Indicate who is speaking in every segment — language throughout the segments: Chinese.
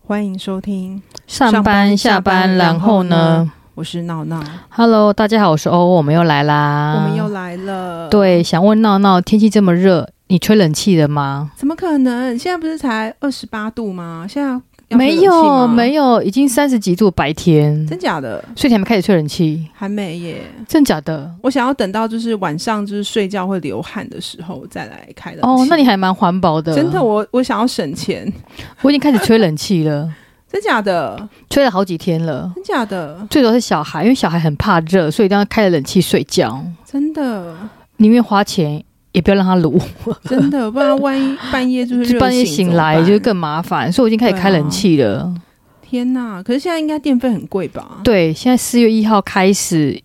Speaker 1: 欢迎收听，
Speaker 2: 上班、下班，然后呢
Speaker 1: 我是闹闹，
Speaker 2: ？Hello，大家好，我是欧，我们又来啦。
Speaker 1: 我们又来了。，
Speaker 2: 对，想问闹闹，天气这么热，你吹冷气了吗？
Speaker 1: 怎么可能？现在不是才二十八度吗？现在要
Speaker 2: 没
Speaker 1: 吹冷气吗
Speaker 2: 有，没，有，已经三十几度白天，
Speaker 1: 真假的
Speaker 2: 所以你还没开始吹冷气，
Speaker 1: 还没耶。
Speaker 2: 真假的？
Speaker 1: 我想要等到就是晚上就是睡觉会流汗的时候再来开冷气
Speaker 2: 哦，那你还蛮环保的。
Speaker 1: 真的，，我我想要省钱，
Speaker 2: 我已经开始吹冷 气了，
Speaker 1: 真假的，
Speaker 2: 吹了好几天了。
Speaker 1: 真假的，
Speaker 2: 最主要是小孩，因为小孩很怕热，所以一定要开着冷气睡觉，
Speaker 1: 真的，
Speaker 2: 宁愿花钱也不要让他撸，
Speaker 1: 真 的，不然万一半夜就是
Speaker 2: 就
Speaker 1: 热
Speaker 2: 半夜
Speaker 1: 醒
Speaker 2: 醒
Speaker 1: 怎么
Speaker 2: 来
Speaker 1: 办
Speaker 2: 就更麻烦。所以我已经开始
Speaker 1: 对啊
Speaker 2: 开冷气了。
Speaker 1: 天哪！可是现在应该电费很贵吧？
Speaker 2: 对，现在四月一号开始，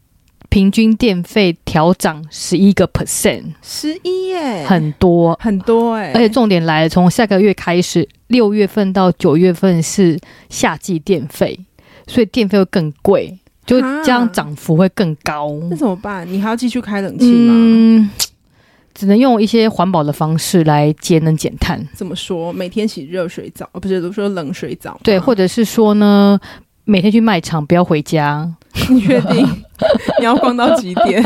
Speaker 2: 平均电费调涨十一个 percent，
Speaker 1: 十一耶，
Speaker 2: 很多。
Speaker 1: 很多哎、
Speaker 2: 而且重点来了，从下个月开始，六月份到九月份是夏季电费，所以电费会更贵，就
Speaker 1: 啊
Speaker 2: 这样涨幅会更高。
Speaker 1: 那怎么办？你还要继续开冷气吗？
Speaker 2: 嗯，只能用一些环保的方式来节能减碳。
Speaker 1: 怎么说？每天洗热水澡，哦不是都说冷水澡吗？
Speaker 2: 对，或者是说呢，每天去卖场，不要回家。
Speaker 1: 你确定你要逛到几点？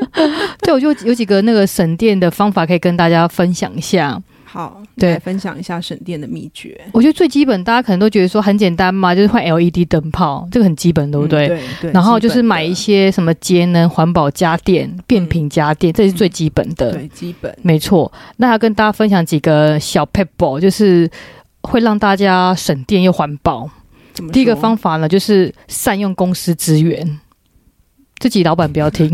Speaker 2: 对，我就有几个那个省电的方法可以跟大家分享一下。
Speaker 1: 好，
Speaker 2: 对
Speaker 1: 来分享一下省电的秘诀，
Speaker 2: 我觉得最基本，大家可能都觉得说很简单嘛，就是换 LED 灯泡，这个很基本，对不
Speaker 1: 嗯
Speaker 2: 对？
Speaker 1: 对对。
Speaker 2: 然后就是买一
Speaker 1: 些，
Speaker 2: 些什么节能环保家电、变频家电，这是最基本的。
Speaker 1: 嗯对，基本
Speaker 2: 没错。那要跟大家分享几个小 pebble，就是会让大家省电又环保。
Speaker 1: 怎么说
Speaker 2: 第一个方法呢，就是善用公司资源。自己老板不 要听，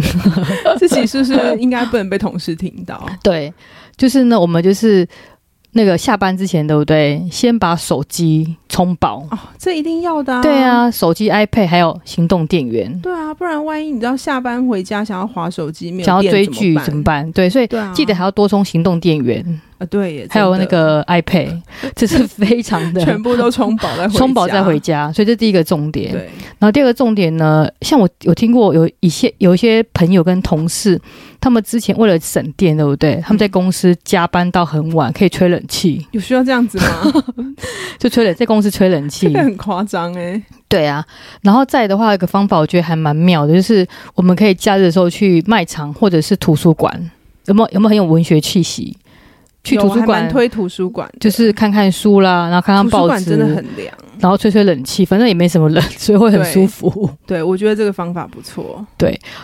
Speaker 1: 自己是不是应该不能被同事听 到？
Speaker 2: 对，就是呢，我们就是那个下班之前，对不对？先把手机充饱，
Speaker 1: 哦，这一定要的、啊。
Speaker 2: 对，啊，手机、iPad 还有行动电源，
Speaker 1: 对啊，不然万一你知道下班回家想要划手机，没有
Speaker 2: 想要
Speaker 1: 电
Speaker 2: 追剧怎么
Speaker 1: 办？
Speaker 2: 办？对，所以
Speaker 1: 对啊，
Speaker 2: 记得还要多充行动电源，
Speaker 1: 啊，对耶，
Speaker 2: 还有
Speaker 1: 真的
Speaker 2: 那个 iPad，这是非常
Speaker 1: 全
Speaker 2: 的
Speaker 1: 部都充饱再回家
Speaker 2: 充饱再回家，所以这是第一个重点。
Speaker 1: 对，
Speaker 2: 然后第二个重点呢，像我有听过有一些有一些朋友跟同事，他们之前为了省电，对不对？他们在
Speaker 1: 嗯
Speaker 2: 公司加班到很晚，可以吹冷气，
Speaker 1: 有需要这样子吗？
Speaker 2: 就吹冷在公司吹冷气
Speaker 1: 这。个很夸张哎，
Speaker 2: 对啊，然后再来的话，有一个方法我觉得还蛮妙的，就是我们可以假日的时候去卖场或者是图书馆，有没有有没有很有文学气息？去
Speaker 1: 有
Speaker 2: 图书
Speaker 1: 还蛮
Speaker 2: 馆
Speaker 1: 推图书馆的，
Speaker 2: 就是看看书啦，然后看看
Speaker 1: 图书
Speaker 2: 报
Speaker 1: 馆
Speaker 2: 纸，
Speaker 1: 真的很凉。
Speaker 2: 然后吹吹冷气，反正也没什么冷， 所以会很
Speaker 1: 对
Speaker 2: 舒服。
Speaker 1: 对，我觉得这个方法不错。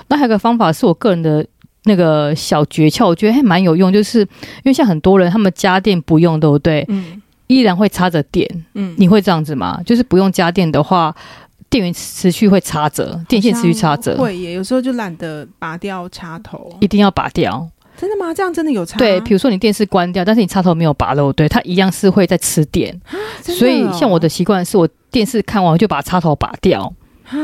Speaker 2: 那还有个方法是我个人的那个小诀窍，我觉得还蛮有用，就是因为像很多人他们家电不用，对不对？
Speaker 1: 嗯
Speaker 2: 依然会插着电，
Speaker 1: 嗯，
Speaker 2: 你会这样子吗？就是不用家电的话，电源持续会插着，电线持续插着。
Speaker 1: 会耶，有时候就懒得拔掉插头。
Speaker 2: 一定要拔掉。
Speaker 1: 真的吗？这样真的有差？
Speaker 2: 对，比如说你电视关掉，但是你插头没有拔漏，对，它一样是会在吃电。
Speaker 1: 真的哦
Speaker 2: 所以像我的习惯是我电视看完我就把插头拔掉，
Speaker 1: 啊，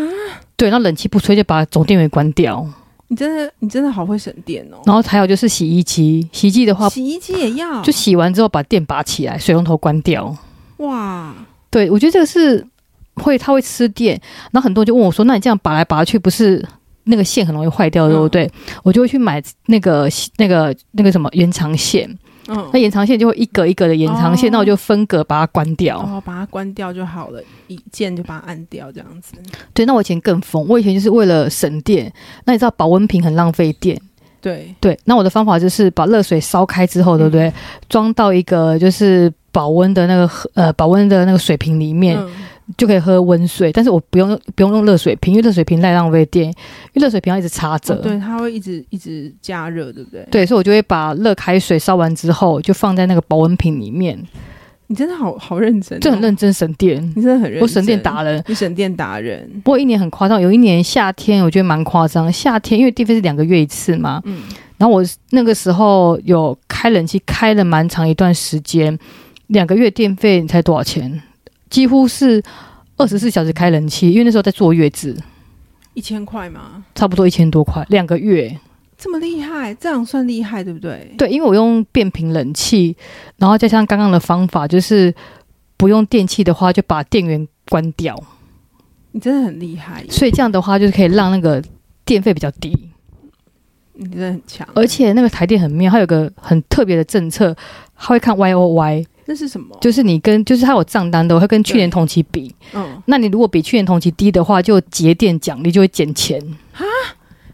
Speaker 2: 对，然后冷气不吹就把总电源关掉。
Speaker 1: 你真的你真的好会省电哦。
Speaker 2: 然后还有就是洗衣机，洗衣机的话，
Speaker 1: 洗衣机也要，
Speaker 2: 就洗完之后把电拔起来，水龙头关掉。
Speaker 1: 哇，
Speaker 2: 对，我觉得这个是会它会吃电。然后很多人就问我说：“那你这样拔来拔去，不是那个线很容易坏掉，
Speaker 1: 嗯
Speaker 2: 对不对？”我就会去买那个那个那个什么延长线，
Speaker 1: 嗯
Speaker 2: 那，延长线就会一格一格的延长线，
Speaker 1: 哦
Speaker 2: 那我就分格把它关掉。
Speaker 1: 哦，把它关掉就好了，一键就把它按掉，这样子。
Speaker 2: 对，那我以前更疯，我以前就是为了省电。那你知道保温瓶很浪费电，
Speaker 1: 对，
Speaker 2: 对。那我的方法就是把热水烧开之后，对不
Speaker 1: 嗯
Speaker 2: 对？装到一个就是保温的那个盒呃保温的那个水瓶里面，
Speaker 1: 嗯，
Speaker 2: 就可以喝温水。但是我不用不用用热水瓶，因为热水瓶太浪费电，因为热水瓶要一直插着。
Speaker 1: 哦对，它会一直一直加热，对不对？
Speaker 2: 对，所以我就会把热开水烧完之后，就放在那个保温瓶里面，
Speaker 1: 你真的好好认真、哦，
Speaker 2: 这很，认真省电。
Speaker 1: 你真的很认真。
Speaker 2: 我省电达人，
Speaker 1: 你省电达人，
Speaker 2: 不过一年很夸张，有一年夏天我觉得蛮夸张。夏天因为电费是两个月一次嘛，
Speaker 1: 嗯，
Speaker 2: 然后我那个时候有开冷气，开了蛮长一段时间，两个月电费你猜多少钱？几乎是二十四小时开冷气，因为那时候在坐月子，
Speaker 1: 一千块吗？
Speaker 2: 差不多一千多块两个月。
Speaker 1: 这么厉害，这样算厉害，对不对？
Speaker 2: 对，因为我用变频冷气，然后加上刚刚的方法，就是不用电器的话，就把电源关掉，
Speaker 1: 你真的很厉害耶，
Speaker 2: 所以这样的话就是可以让那个电费比较低。
Speaker 1: 你真的很强。
Speaker 2: 而且那个台电很妙，它有个很特别的政策，它会看 Y O Y，
Speaker 1: 那是什么？
Speaker 2: 就是你跟就是它有账单的，我会跟去年同期比。
Speaker 1: 嗯，
Speaker 2: 那你如果比去年同期低的话，就节电奖励就会减钱。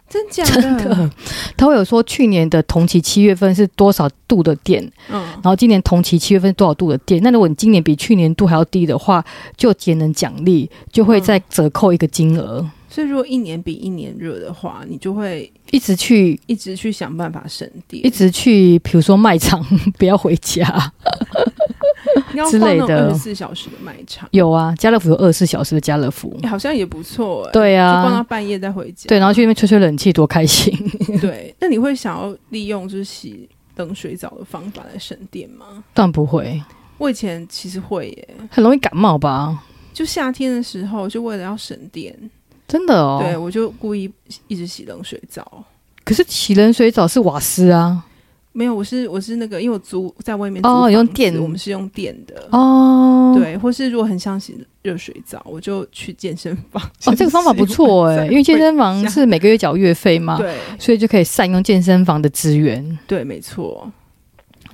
Speaker 1: 真假
Speaker 2: 真的，他会有说去年的同期七月份是多少度的电，
Speaker 1: 嗯
Speaker 2: 然后今年同期七月份是多少度的电。那如果你今年比去年度还要低的话，就节能奖励就会再折扣一个金额，
Speaker 1: 所以如果一年比一年热的话，你就会
Speaker 2: 一直去
Speaker 1: 一直去想办法省电，
Speaker 2: 一直去，比如说卖场不要回家。
Speaker 1: 你要
Speaker 2: 之类的
Speaker 1: 二十四小时的卖场，
Speaker 2: 有啊，家乐福有二十四小时的家乐福。
Speaker 1: 欸好像也不错、欸。
Speaker 2: 嗯对
Speaker 1: 就逛到
Speaker 2: 啊，
Speaker 1: 半夜再回家。
Speaker 2: 对，然后去那边吹吹冷气，多开心。
Speaker 1: 对，那你会想要利用就是洗冷水澡的方法来省电吗？
Speaker 2: 但不会，
Speaker 1: 我以前其实会耶，
Speaker 2: 很容易感冒吧？
Speaker 1: 就夏天的时候，就为了要省电，
Speaker 2: 真的哦。
Speaker 1: 对我就故意一直洗冷水澡。
Speaker 2: 可是洗冷水澡是瓦斯啊。
Speaker 1: 没有，我是我是那个，因为我租在外面租
Speaker 2: 哦
Speaker 1: 房子
Speaker 2: 用电
Speaker 1: 我们是用电的。
Speaker 2: 哦，
Speaker 1: 对，或是如果很想洗热水澡，我就去健身房。
Speaker 2: 哦，这个方法不错哎、因为健身房是每个月缴月费嘛，
Speaker 1: 对
Speaker 2: 所以就可以善用健身房的资源，
Speaker 1: 对，没错，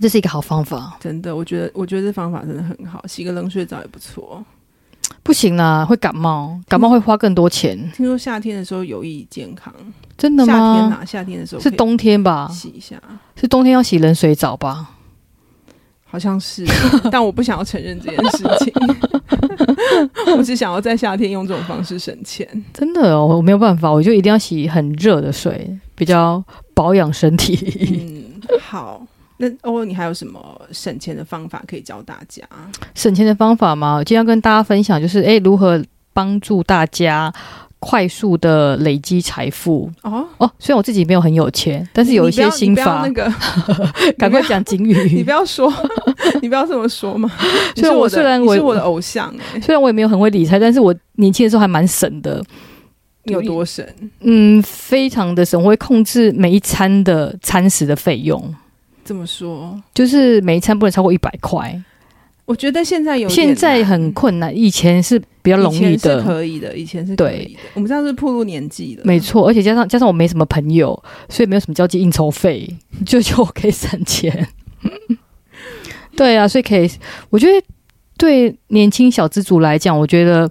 Speaker 2: 这是一个好方法。
Speaker 1: 真的，我觉得我觉得这方法真的很好，洗个冷水澡也不错。
Speaker 2: 不行啦，会感冒，感冒会花更多钱，
Speaker 1: 听说夏天的时候有益健康，
Speaker 2: 真的
Speaker 1: 夏天
Speaker 2: 吗？
Speaker 1: 啊，夏天的时候
Speaker 2: 是
Speaker 1: 可以
Speaker 2: 冬天吧？
Speaker 1: 洗一下，
Speaker 2: 是冬天要洗冷水澡吧？
Speaker 1: 好像是，但我不想要承认这件事情， 我只想要在夏天用这种方式省钱。
Speaker 2: 真的哦，我没有办法，我就一定要洗很热的水，比较保养身体。
Speaker 1: 嗯，好。那欧欧，你还有什么省钱的方法可以教大家？
Speaker 2: 省钱的方法嘛，我今天要跟大家分享就是，诶，如何帮助大家快速的累积财富。
Speaker 1: 哦，
Speaker 2: 哦，虽然我自己没有很有钱，但是有一
Speaker 1: 你不
Speaker 2: 些
Speaker 1: 要
Speaker 2: 心法，
Speaker 1: 你不要那个，
Speaker 2: 赶快讲 警
Speaker 1: 你
Speaker 2: 语
Speaker 1: 不。要说，你不要这么说 嘛。你
Speaker 2: 虽
Speaker 1: 是
Speaker 2: 啊然我
Speaker 1: 我的
Speaker 2: 虽然
Speaker 1: 你
Speaker 2: 我
Speaker 1: 是我的偶像、欸，
Speaker 2: 虽然我也没有很会理财，但是我年轻的时候还蛮省的，
Speaker 1: 你有多省？
Speaker 2: 嗯，非常的省，我会控制每一餐的餐食的费用，
Speaker 1: 这么说，
Speaker 2: 就是每一餐不能超过一百块。
Speaker 1: 我觉得现在有点
Speaker 2: 现在
Speaker 1: 难嗯
Speaker 2: 很困难，以前是比较容易
Speaker 1: 以前是
Speaker 2: 的，
Speaker 1: 可以的，以前是可以的。我们这样是暴露年纪的，
Speaker 2: 没错。而且加上加上我没什么朋友，所以没有什么交际应酬费， 就就可以省钱。 对啊，所以可以，我觉得对年轻小资族来讲，我觉得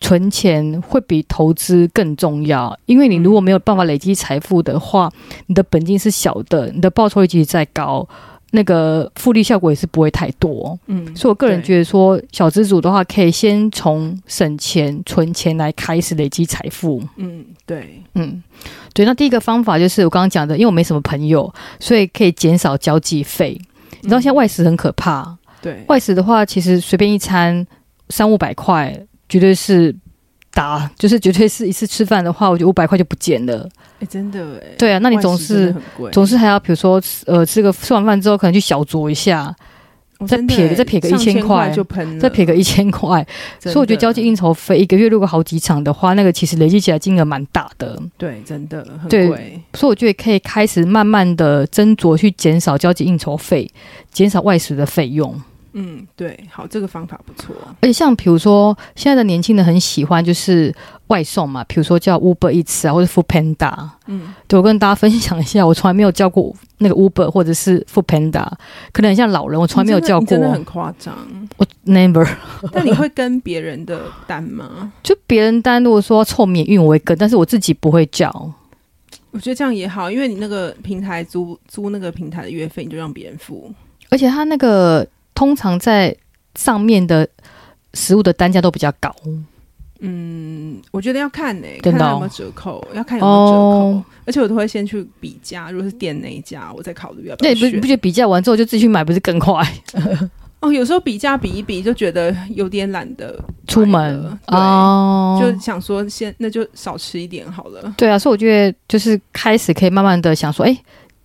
Speaker 2: 存钱会比投资更重要，因为你如果没有办法累积财富的话，你的本金是小的，你的报酬率即使再高，那个复利效果也是不会太多。
Speaker 1: 嗯，
Speaker 2: 所以我个人
Speaker 1: 对
Speaker 2: 觉得说，小资主的话，可以先从省钱、存钱来开始累积财富。
Speaker 1: 嗯，对，
Speaker 2: 嗯，对。那第一个方法就是我刚刚讲的，因为我没什么朋友，所以可以减少交际费。你知
Speaker 1: 嗯
Speaker 2: 道现在外食很可怕，
Speaker 1: 对
Speaker 2: 外食的话，其实随便一餐三五百块，绝对是打，就是绝对是一次吃饭的话，我觉得五百块就不见了。
Speaker 1: 哎、真的哎，
Speaker 2: 对啊，那你总
Speaker 1: 外食真的
Speaker 2: 是
Speaker 1: 很贵，
Speaker 2: 总是还要，比如说呃，吃个吃完饭之后，可能去小酌一下，
Speaker 1: 哦
Speaker 2: 再
Speaker 1: 真的
Speaker 2: 撇个
Speaker 1: 哎
Speaker 2: 再撇个
Speaker 1: 上
Speaker 2: 1000
Speaker 1: 千
Speaker 2: 块
Speaker 1: 就喷了，
Speaker 2: 再撇个一千块，
Speaker 1: 嗯真的，
Speaker 2: 所以我觉得交际应酬费一个月如果好几场的话，那个其实累积起来金额蛮大的，
Speaker 1: 对真的很
Speaker 2: 对
Speaker 1: 贵，
Speaker 2: 所以我觉得可以开始慢慢的斟酌去减少交际应酬费，减少外食的费用。
Speaker 1: 嗯，对，好，这个方法不错，
Speaker 2: 而且像比如说现在的年轻人很喜欢就是外送嘛，比如说叫 Uber Eats 啊，或者 Food Panda。
Speaker 1: 嗯，
Speaker 2: 对我跟大家分享一下，我从来没有叫过那个 Uber 或者是 Food Panda，可能很像老人，我从来没有叫
Speaker 1: 你
Speaker 2: 过
Speaker 1: 真的你真的很夸张。
Speaker 2: 我 never。
Speaker 1: 那你会跟别人的单吗？
Speaker 2: 就别人单如果说凑免运我会跟，但是我自己不会叫。
Speaker 1: 我觉得这样也好，因为你那个平台租租那个平台的月费，你就让别人付。
Speaker 2: 而且它那个通常在上面的食物的单价都比较高，
Speaker 1: 嗯，我觉得要看呢、
Speaker 2: 真
Speaker 1: 看
Speaker 2: 的
Speaker 1: 它
Speaker 2: 哦
Speaker 1: 有没有折扣，要看有没有折扣。
Speaker 2: 哦
Speaker 1: 而且我都会先去比价，如果是店内价，我再考虑要不
Speaker 2: 那
Speaker 1: 要
Speaker 2: 你不
Speaker 1: 选
Speaker 2: 不。觉得比较完之后就自己去买不 是更快？
Speaker 1: 哦，有时候比价比一比，就觉得有点懒得
Speaker 2: 出门
Speaker 1: 对
Speaker 2: 哦，
Speaker 1: 就想说先那就少吃一点好了。
Speaker 2: 对啊，所以我觉得就是开始可以慢慢的想说，哎，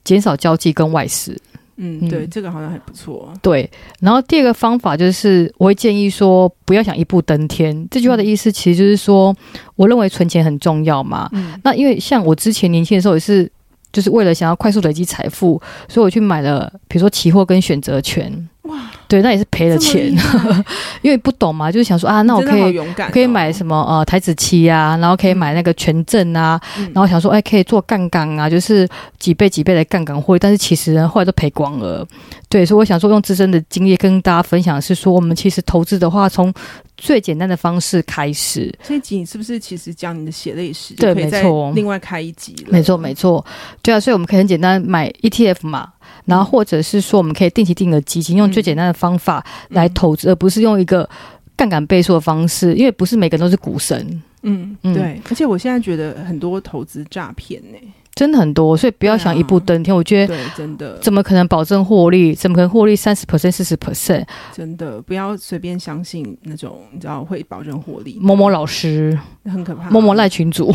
Speaker 2: 减少交际跟外食。
Speaker 1: 嗯，
Speaker 2: 嗯
Speaker 1: 对，这个好像还不错。
Speaker 2: 对，然后第二个方法就是，我会建议说，不要想一步登天。这句话的意思其实就是说，我认为存钱很重要嘛，
Speaker 1: 嗯
Speaker 2: 那因为像我之前年轻的时候也是，就是为了想要快速累积财富，所以我去买了，比如说期货跟选择权。哇，对，那也是赔了钱， 因为不懂嘛，就是想说啊，那我
Speaker 1: 真的
Speaker 2: 可
Speaker 1: 好
Speaker 2: 以
Speaker 1: 勇敢哦，
Speaker 2: 可以买什么呃台子期啊，然后可以买那个权证啊，
Speaker 1: 嗯，
Speaker 2: 然后想说，哎，可以做杠杆啊，就是几倍几倍的杠杆获利，但是其实呢，后来都赔光了。对，所以我想说，用自身的经验跟大家分享，是说我们其实投资的话，从最简单的方式开始。
Speaker 1: 这一集你是不是其实讲你的血泪史，
Speaker 2: 对
Speaker 1: 就可以再
Speaker 2: 没错
Speaker 1: 另外开一集了，
Speaker 2: 没错，没错，嗯对啊，所以我们可以很简单买 ETF 嘛，然后或者是说我们可以定期定额基金，用最简单的方法来投资，而不是用一个杠杆倍数的方式，因为不是每个人都是股神，
Speaker 1: 嗯，
Speaker 2: 嗯
Speaker 1: 对，而且我现在觉得很多投资诈骗呢，
Speaker 2: 真的很多，所以不要想一步登天。我觉得
Speaker 1: 对，真的，
Speaker 2: 怎么可能保证获利？怎么可能获利三十 percent、四十 percent？
Speaker 1: 真的不要随便相信那种你知道会保证获利，
Speaker 2: 某某老师、
Speaker 1: 很可怕，哦
Speaker 2: 某某赖群主，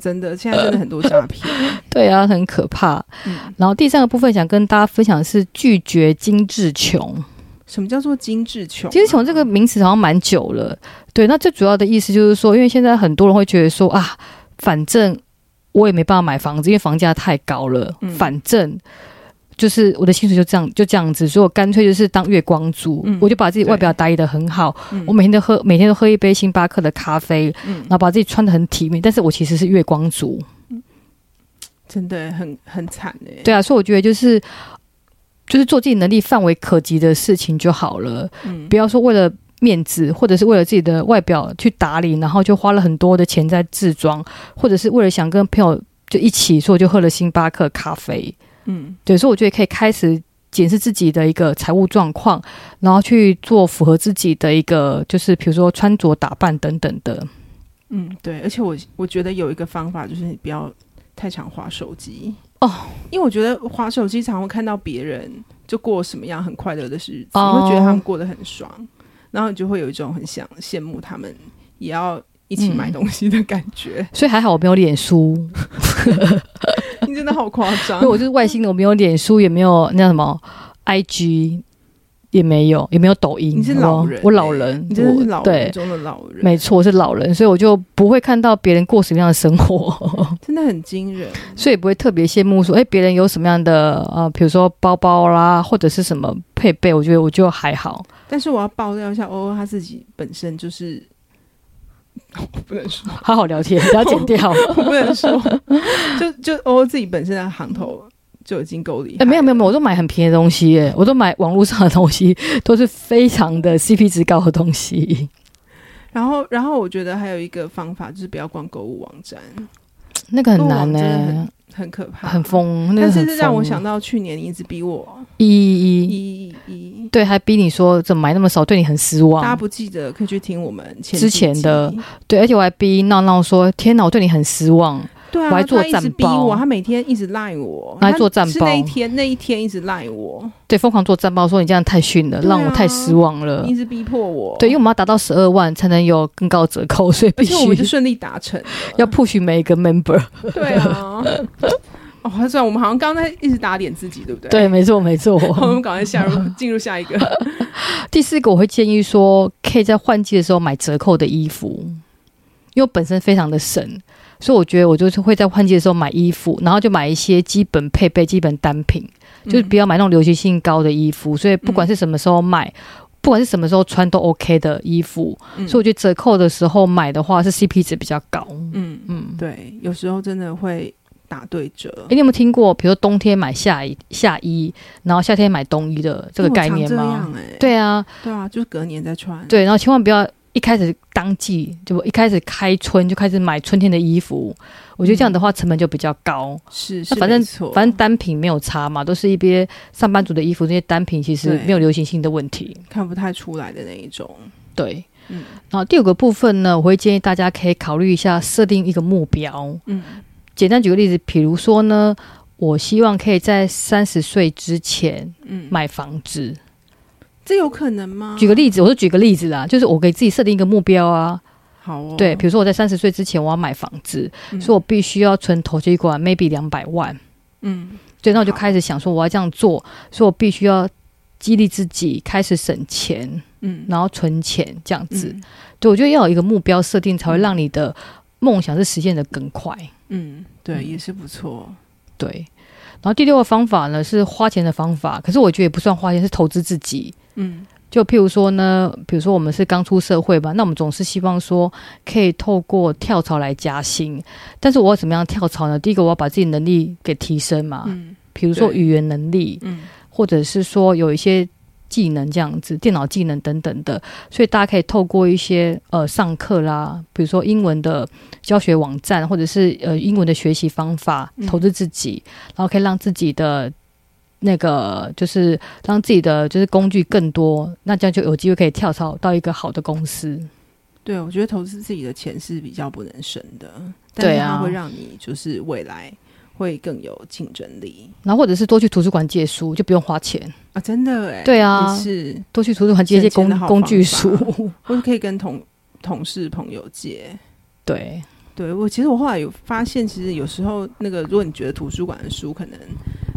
Speaker 1: 真的，现在真的很多诈骗，
Speaker 2: 对啊，很可怕。
Speaker 1: 嗯，
Speaker 2: 然后第三个部分想跟大家分享的是拒绝精致穷。
Speaker 1: 什么叫做精致穷啊？
Speaker 2: 精致穷这个名词好像蛮久了，对。那最主要的意思就是说，因为现在很多人会觉得说啊，反正我也没办法买房子，因为房价太高了，
Speaker 1: 嗯
Speaker 2: 反正。就是我的薪水就这样就这样子，所以我干脆就是当月光族，
Speaker 1: 嗯
Speaker 2: 我就把自己
Speaker 1: 对
Speaker 2: 外表打理的很好，
Speaker 1: 嗯，
Speaker 2: 我啊每天都喝每天都喝一杯星巴克的咖啡，
Speaker 1: 嗯
Speaker 2: 然后把自己穿的很体面，但是我其实是月光族，
Speaker 1: 真的很很惨哎，
Speaker 2: 对啊，所以我觉得就是就是做自己能力范围可及的事情就好了，
Speaker 1: 嗯
Speaker 2: 不要说为了面子或者是为了自己的外表去打理，然后就花了很多的钱在自装，或者是为了想跟朋友就一起，所以我就喝了星巴克咖啡。
Speaker 1: 嗯
Speaker 2: 对，所以我觉得可以开始。检视自己的一个财务状况，然后去做符合自己的一个，就是比如说穿着打扮等等的。
Speaker 1: 嗯，对，而且我我觉得有一个方法就是你不要太常划手机
Speaker 2: 哦，
Speaker 1: 因为我觉得划手机常会看到别人就过什么样很快乐的日子，
Speaker 2: 哦
Speaker 1: 你会觉得他们过得很爽，然后你就会有一种很想羡慕他们也要一起买
Speaker 2: 嗯
Speaker 1: 东西的感觉，
Speaker 2: 所以还好我没有脸书，
Speaker 1: 你真的好夸
Speaker 2: 因
Speaker 1: 张
Speaker 2: 为，我就是外星人，我没有脸书，也没有那什么 IG，也没有，也没有抖音。
Speaker 1: 你是
Speaker 2: 好
Speaker 1: 老
Speaker 2: 不好
Speaker 1: 人欸
Speaker 2: 哦我老人，
Speaker 1: 你真的是老人
Speaker 2: 我对，
Speaker 1: 中的老人，
Speaker 2: 没错，我是老人，所以我就不会看到别人过什么样的生活，
Speaker 1: 真的很惊人，
Speaker 2: 所以不会特别羡慕说，哎，别人有什么样的呃，比如说包包啦，或者是什么配备，我觉得我就还好。
Speaker 1: 但是我要爆料一下，欧欧他自己本身就是。 我不能说，
Speaker 2: 好好聊天，不要剪 掉。
Speaker 1: 我不能说，就就欧欧自己本身的行头就已经够厉害了。
Speaker 2: 哎，没有没有没有，我都买很便宜的东西耶，我都买网络上的东西，都是非常的 CP 值高的东西。
Speaker 1: 然后，然后我觉得还有一个方法就是不要逛购物网站，
Speaker 2: 那个很
Speaker 1: 购物网
Speaker 2: 难呢、
Speaker 1: 真的很很可怕，
Speaker 2: 很。疯，那
Speaker 1: 但
Speaker 2: 个
Speaker 1: 是
Speaker 2: 很
Speaker 1: 这让我
Speaker 2: 疯
Speaker 1: 想到去年你一直逼我
Speaker 2: 一一一，
Speaker 1: 一一一，
Speaker 2: 对，还逼你说怎么买那么少，对你很失望。
Speaker 1: 大家不记得可以去听我们前
Speaker 2: 之
Speaker 1: 几
Speaker 2: 前的
Speaker 1: 集，
Speaker 2: 对，而且我还逼闹闹说：“天哪，我对你很失望。
Speaker 1: 对啊，
Speaker 2: 我还做
Speaker 1: 他一直
Speaker 2: 战
Speaker 1: 逼我，
Speaker 2: 报
Speaker 1: 他每天一直赖我，
Speaker 2: 我还
Speaker 1: 他
Speaker 2: 做战
Speaker 1: 是那一
Speaker 2: 报
Speaker 1: 天那一天一直赖我，”
Speaker 2: 对，疯狂做战报说你这样太逊了，
Speaker 1: 对
Speaker 2: 让我太
Speaker 1: 啊
Speaker 2: 失望了
Speaker 1: 你一。直逼迫我，
Speaker 2: 呃对，因为我们要达到十二万才能有更高折扣，所以
Speaker 1: 而
Speaker 2: 必
Speaker 1: 且我们就
Speaker 2: 须
Speaker 1: 顺利达成了，
Speaker 2: 要 push 每一个 member。
Speaker 1: 对啊，哦，算了，我们好像刚才一直打脸自己，对不对？
Speaker 2: 对，，啊没错，没 错。
Speaker 1: 我们赶快下 入进入下一个。
Speaker 2: 第四个，我会建议说，可以在换季的时候买折扣的衣服，因为我本身非常的省，所以我觉得我就是会在换季的时候买衣服，然后就买一些基本配备、基本单品，就是
Speaker 1: 嗯
Speaker 2: 不要买那种流行性高的衣服。所以不管是什么时候买，不管是什么时候穿都 OK 的衣服。
Speaker 1: 嗯
Speaker 2: 所以我觉得折扣的时候买的话，是 CP 值比较高。
Speaker 1: 嗯
Speaker 2: 嗯，
Speaker 1: 对，有时候真的会打对折
Speaker 2: 诶，。你有没有听过，比如说冬天买夏衣、夏衣，然后夏天买冬衣的这个概念
Speaker 1: 因为我
Speaker 2: 吗
Speaker 1: 常？这样欸
Speaker 2: 对啊，
Speaker 1: 对啊，就是隔年再穿。，
Speaker 2: 对，然后千万不要一开始当季就一开始开春就开始买春天的衣服，我觉得这样
Speaker 1: 嗯
Speaker 2: 的话成本就比较高。
Speaker 1: 是是
Speaker 2: 那
Speaker 1: 没
Speaker 2: 反正
Speaker 1: 错，
Speaker 2: 反正单品没有差嘛，都是一些上班族的衣服，这些单品其实
Speaker 1: 对
Speaker 2: 没有流行性的问题。
Speaker 1: 看不太出来的那一种。
Speaker 2: 对，
Speaker 1: 嗯
Speaker 2: 然后第五个部分呢，我会建议大家可以考虑一下设定一个目标。
Speaker 1: 嗯
Speaker 2: 简单举个例子，比如说呢，我希望可以在三十岁之前
Speaker 1: 嗯，
Speaker 2: 买房子。
Speaker 1: 这有可能吗？
Speaker 2: 举个例子，我说举个例子啦，就是我给自己设定一个目标啊，
Speaker 1: 好哦，
Speaker 2: 对，比如说我在三十岁之前我要买房子，
Speaker 1: 嗯
Speaker 2: 所以我必须要存投期款，maybe 两百万。
Speaker 1: 嗯
Speaker 2: 对，那我就
Speaker 1: 好
Speaker 2: 开始想说我要这样做，所以我必须要激励自己开始省钱，
Speaker 1: 嗯
Speaker 2: 然后存钱这样子。
Speaker 1: 嗯
Speaker 2: 对，我觉得要有一个目标设定，才会让你的梦想是实现的更快。
Speaker 1: 嗯，对，
Speaker 2: 嗯
Speaker 1: 也是不错。
Speaker 2: 对，然后第六个方法呢是花钱的方法，可是我觉得也不算花钱，是投资自己。
Speaker 1: 嗯
Speaker 2: 就譬如说呢，比如说我们是刚出社会吧，那我们总是希望说可以透过跳槽来加薪。但是我要怎么样跳槽呢？第一个，我要把自己能力给提升嘛，
Speaker 1: 嗯
Speaker 2: 比如说
Speaker 1: 对
Speaker 2: 语言能力，
Speaker 1: 嗯
Speaker 2: 或者是说有一些技能这样子，电脑技能等等的。所以大家可以透过一些呃上课啦，比如说英文的教学网站，或者是呃英文的学习方法
Speaker 1: 嗯，
Speaker 2: 投资自己，然后可以让自己的。那个就是让自己的就是工具更多，那这样就有机会可以跳槽到一个好的公司。
Speaker 1: 对，我觉得投资自己的钱是比较不能省的，但
Speaker 2: 对
Speaker 1: 是
Speaker 2: 啊
Speaker 1: 它会让你就是未来会更有竞争力
Speaker 2: 然后或者是多去图书馆借书，就不用花钱。
Speaker 1: 啊！真的哎，
Speaker 2: 对啊
Speaker 1: 也是，
Speaker 2: 多去图书馆借一些
Speaker 1: 省钱
Speaker 2: 工
Speaker 1: 的好
Speaker 2: 工具
Speaker 1: 方法
Speaker 2: 书。
Speaker 1: 或者可以跟同同事朋友借。
Speaker 2: 对，
Speaker 1: 对我，其实我后来有发现，其实有时候那个，如果你觉得图书馆的书可能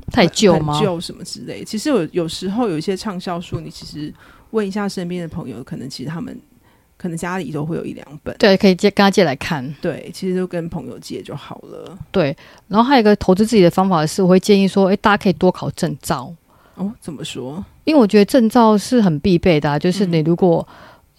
Speaker 2: 太旧
Speaker 1: 很
Speaker 2: 吗？
Speaker 1: 旧什么之类，其实有有时候有一些畅销书，你其实问一下身边的朋友，可能其实他们可能家里都会有一两本，
Speaker 2: 对，可以借跟他借来看。
Speaker 1: 对，其实就跟朋友借就好了。
Speaker 2: 对，然后还有一个投资自己的方法是，我会建议说，诶，大家可以多考证照，
Speaker 1: 哦，怎么说？
Speaker 2: 因为我觉得证照是很必备的、啊，就是你如果、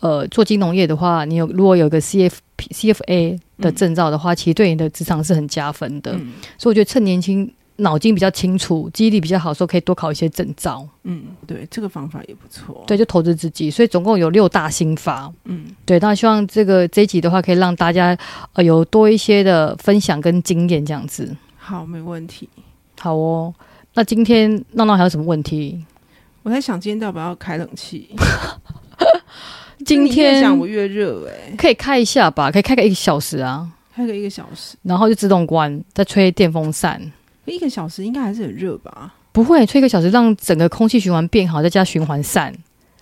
Speaker 2: 呃做金融业的话，你有如果有一个 CFP、CFA 的证照的话，其实对你的职场是很加分的。
Speaker 1: 嗯
Speaker 2: 所以我觉得趁年轻、脑筋比较清楚、记忆力比较好的时候，可以多考一些证照。
Speaker 1: 嗯，对，这个方法也不错。，
Speaker 2: 对，就投资自己。所以总共有六大心法。
Speaker 1: 嗯，
Speaker 2: 对，那希望这个这一集的话，可以让大家呃有多一些的分享跟经验，这样子。
Speaker 1: 好，没问题。
Speaker 2: 好哦，那今天闹闹还有什么问题？
Speaker 1: 我在想今天到底要不要开冷气？
Speaker 2: 今
Speaker 1: 你越
Speaker 2: 天
Speaker 1: 想我越热哎、
Speaker 2: 可以开一下吧，可以开个一个小时啊，
Speaker 1: 开个一个小时，
Speaker 2: 然后就自动关，再吹电风扇。
Speaker 1: 一个小时应该还是很热吧？
Speaker 2: 不会，吹一个小时，让整个空气循环变好，再加循环扇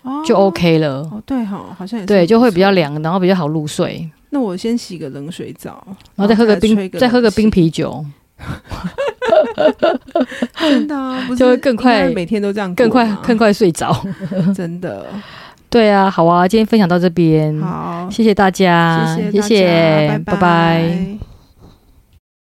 Speaker 1: 哦
Speaker 2: 就 OK 了。
Speaker 1: 哦，对哈，好像也是
Speaker 2: 对，就会比较
Speaker 1: 不错。
Speaker 2: 凉，然后比较好入睡，
Speaker 1: 那我先洗个冷水澡，
Speaker 2: 然后再喝个
Speaker 1: 哦再吹
Speaker 2: 冰，
Speaker 1: 个
Speaker 2: 再喝个
Speaker 1: 冷气
Speaker 2: 冰啤酒，
Speaker 1: 真的啊，不是
Speaker 2: 就会更快
Speaker 1: 应该每天都这样过
Speaker 2: 更快
Speaker 1: 吗，
Speaker 2: 更快睡 着。
Speaker 1: 真的
Speaker 2: 对啊，好啊，今天分享到这边，
Speaker 1: 好，
Speaker 2: 啊谢谢大家，
Speaker 1: 谢谢大家
Speaker 2: 谢谢，
Speaker 1: 拜
Speaker 2: 拜拜